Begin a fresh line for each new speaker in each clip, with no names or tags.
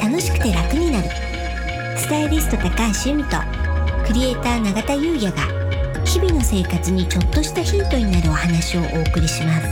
楽しくて楽になるスタイリスト高橋由美とクリエイター永田優也が日々の生活にちょっとしたヒントになるお話をお送りします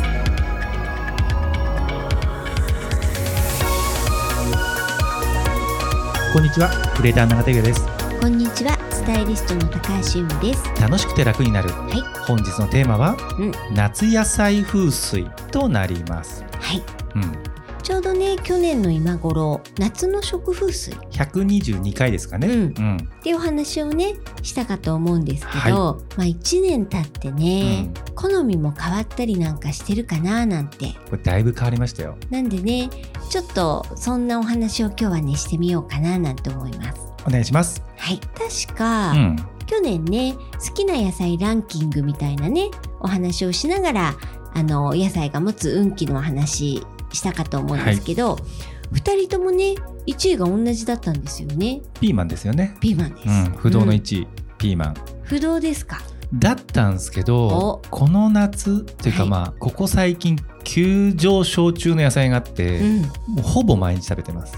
こんにちは、クリエイターの永田優也です。
こんにちはスタイリストの高橋由美です
楽しくて楽になる。
はい
本日のテーマは、
うん
夏野菜風水となります。
はい
うん、
ちょうどね去年の今頃夏の食風水っ
122回ですかね。
うん
うん、
ていうお話をねしたかと思うんですけど、まあ1年経ってね、好みも変わったりなんかしてるかななんて
これだいぶ変わりましたよ。
なんでねちょっとそんなお話を今日はねしてみようかななんて思います。
お願いします。
はい、確
う
か、
ん、
去年ね好きな野菜ランキングみたいなねお話をしながらあの野菜が持つ運気のお話したかと思うんですけど、二人ともね1位が同じだったんですよね
ピーマンですよね。
ピーマンです、
うん、不動
う
の
ん
1位、ピーマン。
不動ですか
だったんですけ
お
ど、この夏というか
はい
まあ、ここ最近急上昇中の野菜があって、
うん
もうほぼ毎日食べてます。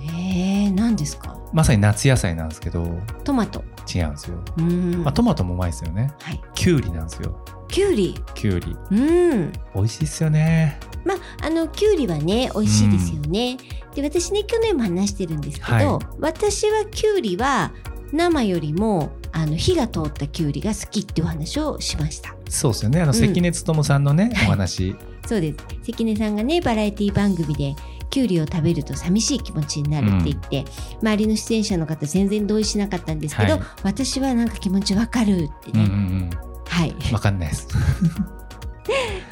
えー、何ですか
まさに夏野菜なんですけど、
トマト
違うんですよ。
うん、
まあ、トマトもうまいですよね。
はい
きゅうりなんですよ。
きゅうり
きゅうり。
うん
美味しいですよね。
まあ、あのきゅうりはね美味しいですよね。で私ね去年も話してるんですけど、
はい
私はきゅうりは生よりもあの火が通ったきゅうりが好きっていうお話をしました。
そうですよね。あ
う
の
ん
関根勤さんのね、
はい
お話。
そうです関根さんがねバラエティ番組できゅうりを食べると寂しい気持ちになるって言って、周りの出演者の方全然同意しなかったんですけど、
はい
私はなんか気持ちわかるって
うんう
ね、
ん
はい、
うん。わかんないです。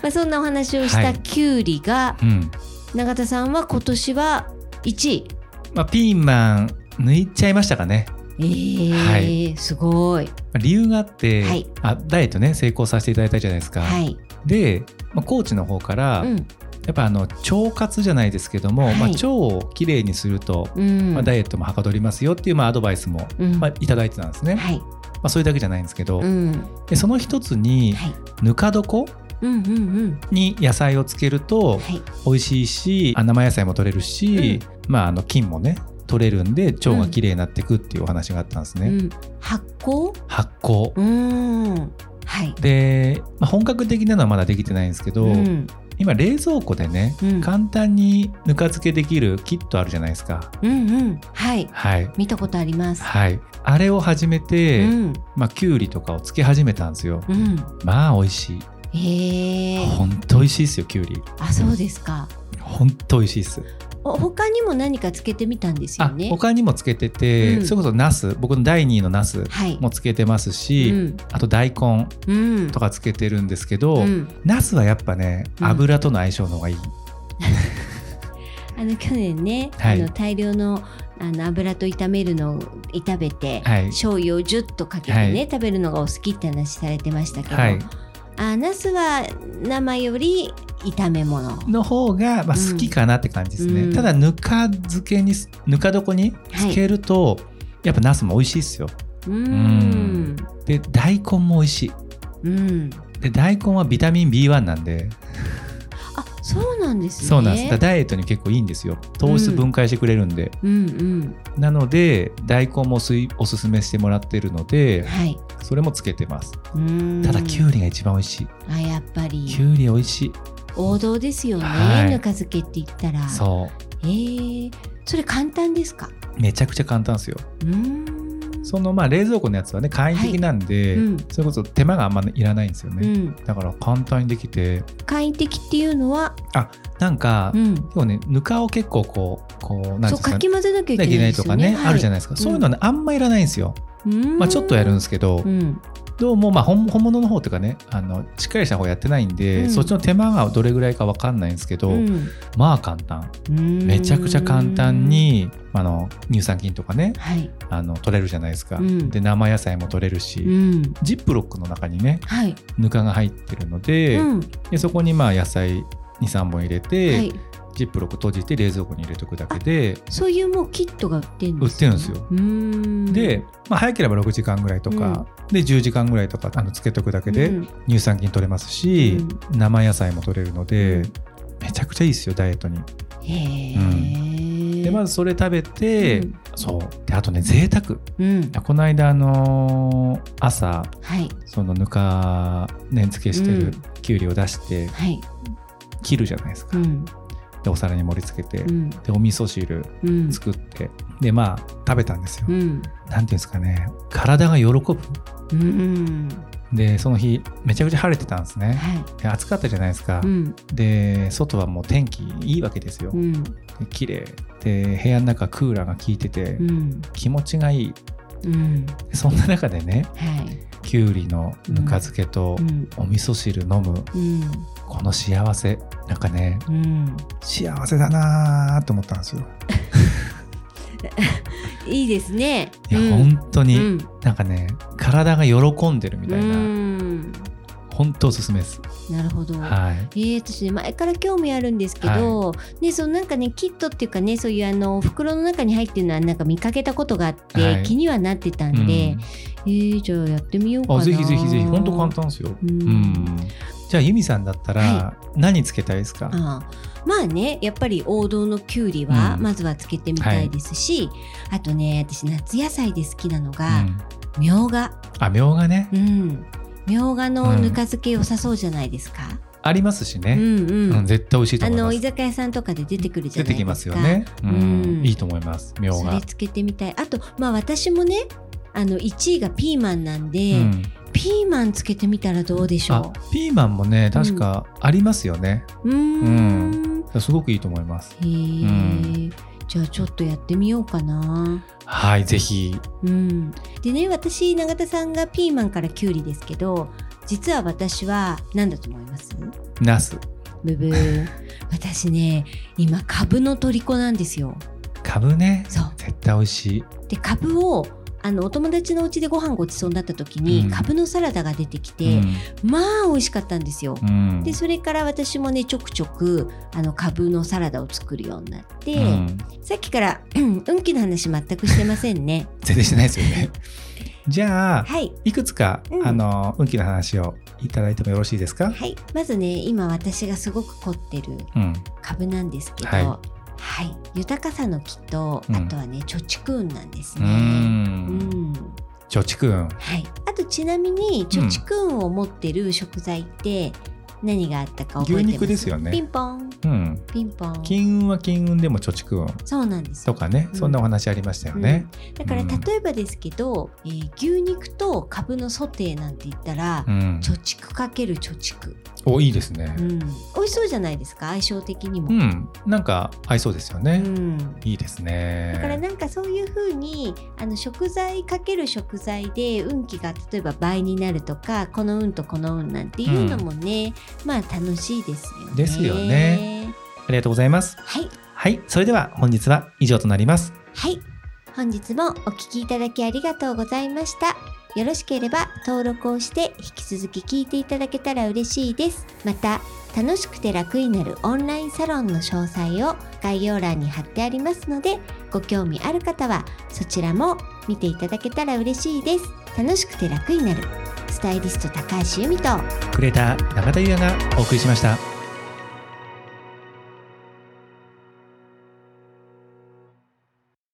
まあ、そんなお話をし
は
た
い
きゅうりが、
うん。
永田さんは今年は1位。
まあ、ピーマン抜いちゃいましたかね。
えー
はい
すごい。
まあ理由があって、
はい
あダイエットね成功させていただいたじゃないですか。
はい。
で、まあ、コーチの方から、
うん。
やっぱあの腸活じゃないですけども、
はい
まあ、腸をきれいにすると、
うん。
まあ、ダイエットもはかどりますよっていう、まあ、アドバイスも、
うん
まあ、いただいてたんですね。
はい。
まあ、それだけじゃないんですけど、
うん。
でその一つに、
はい。
ぬか床
うんうんうん。
に野菜をつける
は
と
い。
美味しいしあ生野菜も取れるし、まああの菌もね取れるんで腸がきれいになっていくっていうお話があったんですね、
うん。発酵。
発酵
うーん。はい。
で、まあ、本格的なのはまだできてないんですけど、
うん。
今冷蔵庫でね、
うん
簡単にぬか漬けできるキットあるじゃないですか
うんうん。はい。
はい
見たことあります。
はいあれを始め
う
て、
ん。
まあきゅうりとかをつけ始めたんですよ、
うん。
まあ美味しい
へえ。
ほんと美味しいですよきゅうり
あ、そうですか。
ほんと美味しいです
お、他にも何かつけてみたんですよ
あ
ね。
他にもつけてて、
うん
それこそナス僕の第2位のナス
はい。
もつけてますし、
うん。
あと大根
うん。
とかつけてるんですけど、
うん。
ナスはやっぱね
うん
油との相性の方がいい、
あの去年ね、
はい
あの大量のあの油と炒めるのを炒めて、
はい
醤油をジュッとかけてね、
はい
食べるのがお好きって話されてましたけど、
はい
あナスは生より炒め物
の方が、まあ、
うん
好きかなって感じですね、
うん
ただぬか漬けにぬか床につけると、やっぱナスも美味しいですよ
うーん
で大根も美味しい
うん
で大根はビタミン B1 なんで、
あそうなんですね
そうなんですだからダイエットに結構いいんですよ糖質分解してくれるんで、
うんうん
なので大根もすいおすすめしてもらってるので
はい
それもつけてます
うーん
ただきゅうりが一番美味しい、
あやっぱり
きゅうり美味しい
王道ですよね、
はい
ぬか漬けって言ったら
そ
えー、それ簡単ですか
うめちゃくちゃ簡単ですよ
うーん
そのまあ冷蔵庫のやつはね簡易的なんで、
はいうん
それこそ手間があんまいらないんですよ
う
ね、
ん、
だから簡単にできて
簡易的っていうのは、
なんか、
うん、
今日ねぬかを結構こうこうなんていうん
そ
で
う
すか
かき混ぜなきゃいけ
なきゃ
ない
いけな
で
い
す
と
よ
か
ね。
ね、あるじゃないですか、
ん
そういうのはねあんまいらないんですよ、
ない
まあちょっとやるんですすけど、
うん、
どうもまあ本本物の方というかねあのしっかりした方やってないんで、
うん
そっちの手間がどれぐらいかわかんないんですけど、まあ簡単
うん
めちゃくちゃ簡単、に、あの乳酸菌とかね
はい、
あの取れるじゃないですか、
うん
で生野菜も取れるし、
うん、
ジップロックの中にね
はい、
ぬかが入ってるので,、
うん、
でそこにまあ野菜23本入れて、
はい、
ジップロック閉じて冷蔵庫に入れておくだけで、
そういうもうキットが売ってるんです
売ってるんですよ
うーん
で、まあ、早ければ6時間ぐらいとか、で10時間ぐらいとかあのつけておくだけ
う
で
ん
乳酸菌取れますし、生野菜も取れるので、
うん
めちゃくちゃいいですよダイエットに。
へえ、
うでまずそれ食べて、
うん
そうであとね贅沢
うん
いやこの間あのー朝
はい
そのぬかねん漬けして
う
る
ん
きゅうりを出して
はい
切るじゃないです
う
か、
ん
でお皿に盛り付けて、
うん
でお味噌汁
うん
作って、でまあ食べたんですよ、
うん
なんていうんですかね体が喜ぶ
うん
でその日めちゃくちゃ晴れてたんですね
は
で暑かったじゃないですか、
いうん
で外はもう天気いいわけですよ、
うん
で綺麗で部屋の中クーラーが効いてて、
うん
気持ちがいい
うん
そんな中でね
はい
きゅうりのぬか漬けと
うん
お味噌汁飲む
うん
この幸せなんかね
うん
幸せだなーと思ったんですよ
いいですね
いや、
うん
本当に、
うん
なんかね体が喜んでるみたいな、
うん
本当おすすめです
なるほど
はい
えー、私ね前から興味あるんですけど、ね、そのなんかねキットっていうかねそういうあの袋の中に入ってるのはなんか見かけたことがあって、
はい
気にはなってたんで、
うん
えー、じゃあやってみようか
あ
な
ぜひぜひぜひ本当簡単ですよ
うん
うんじゃあ由美さんだった
は
ら何つけたいですか、
ああまあねやっぱり王道のきゅうりは
うん
まずはつけてみたいですし、あとね私夏野菜で好きなの
う
が
ん
みょうが
あみょうがね、
うんみょうがのぬか漬け良さそうじゃないですか、
ありますし
うん、
ね、
うん
うん絶対美味しいと
あ
思い
の
ま
居
す
酒屋さんとかで出てくるじゃ
出
な
て
いですか
きますよね、うん
うん
いいと思いますみょう
そ
が
れつけてみたいあとまあ私もねあの1位がピーマンなんで、
うん
ピーマンつけてみたらどうでし
あ
ょ
ピーマンもね確かありますよね、
ううーん
すごくいいと思います
へえ、
うん
じゃあちょっとやってみようかな
はいぜひ
うんでね私永田さんがピーマンからきゅうりですけど実は私は何だと思います
ナス
ブブ ー私ね今株の虜なんですよ
株ね
そう
絶対美味しい
で株をあのお友達のお家でご飯ごちそうになった時に、
うん
株のサラダが出てきて、まあ美味しかったんですよ。
うんうん
でそれから私もねちょくちょくあの株のサラダを作るようになって、
うん
さっきからうん運気の話全くしてません ね。
全然してないです よねじゃあ
はい
いくつか、
うん
あの運気の話をいただいてもよろしいですか
はいまずね今私がすごく凝ってる
うん
株なんですけど、は
はいい
豊かさの木と、
うん
あとはね貯蓄運なんです
うー
ね。
ん
うん
貯蓄運
はい、あとちなみに貯蓄運を持ってる食材って何があったか覚えてます
牛肉ですよね
ピンポン
うん
ピンポン
金運は金運でも貯蓄運
そうなんです
とかね、
うん
そんなお話ありましたよね、
うんだから
うん
例えばですけど、えー牛肉と株のソテーなんて言ったら、
うん
貯蓄かける貯蓄、
おいいですね
うん、美味しそうじゃないですか相性的にも、
うん、なんか合いそうですよ
う
ね、
ん
いいで
だ
す
からな
ね
んかそういうふうにあの食材かける食材で運気が例えば倍になるとかこの運とこの運なんていうのもね、まあ楽しいですよね。
ですよねありがとうございます
はい
はいそれでは本日は以上となります
はい。本日もお聞きいただきありがとうございました。よろしければ登録をして引き続き聞いていただけたら嬉しいです。また、楽しくて楽になるオンラインサロンの詳細を概要欄に貼ってありますので、ご興味ある方はそちらも見ていただけたら嬉しいです。楽しくて楽になる。スタイリスト高橋由美と
クレーター永田優也がお送りしました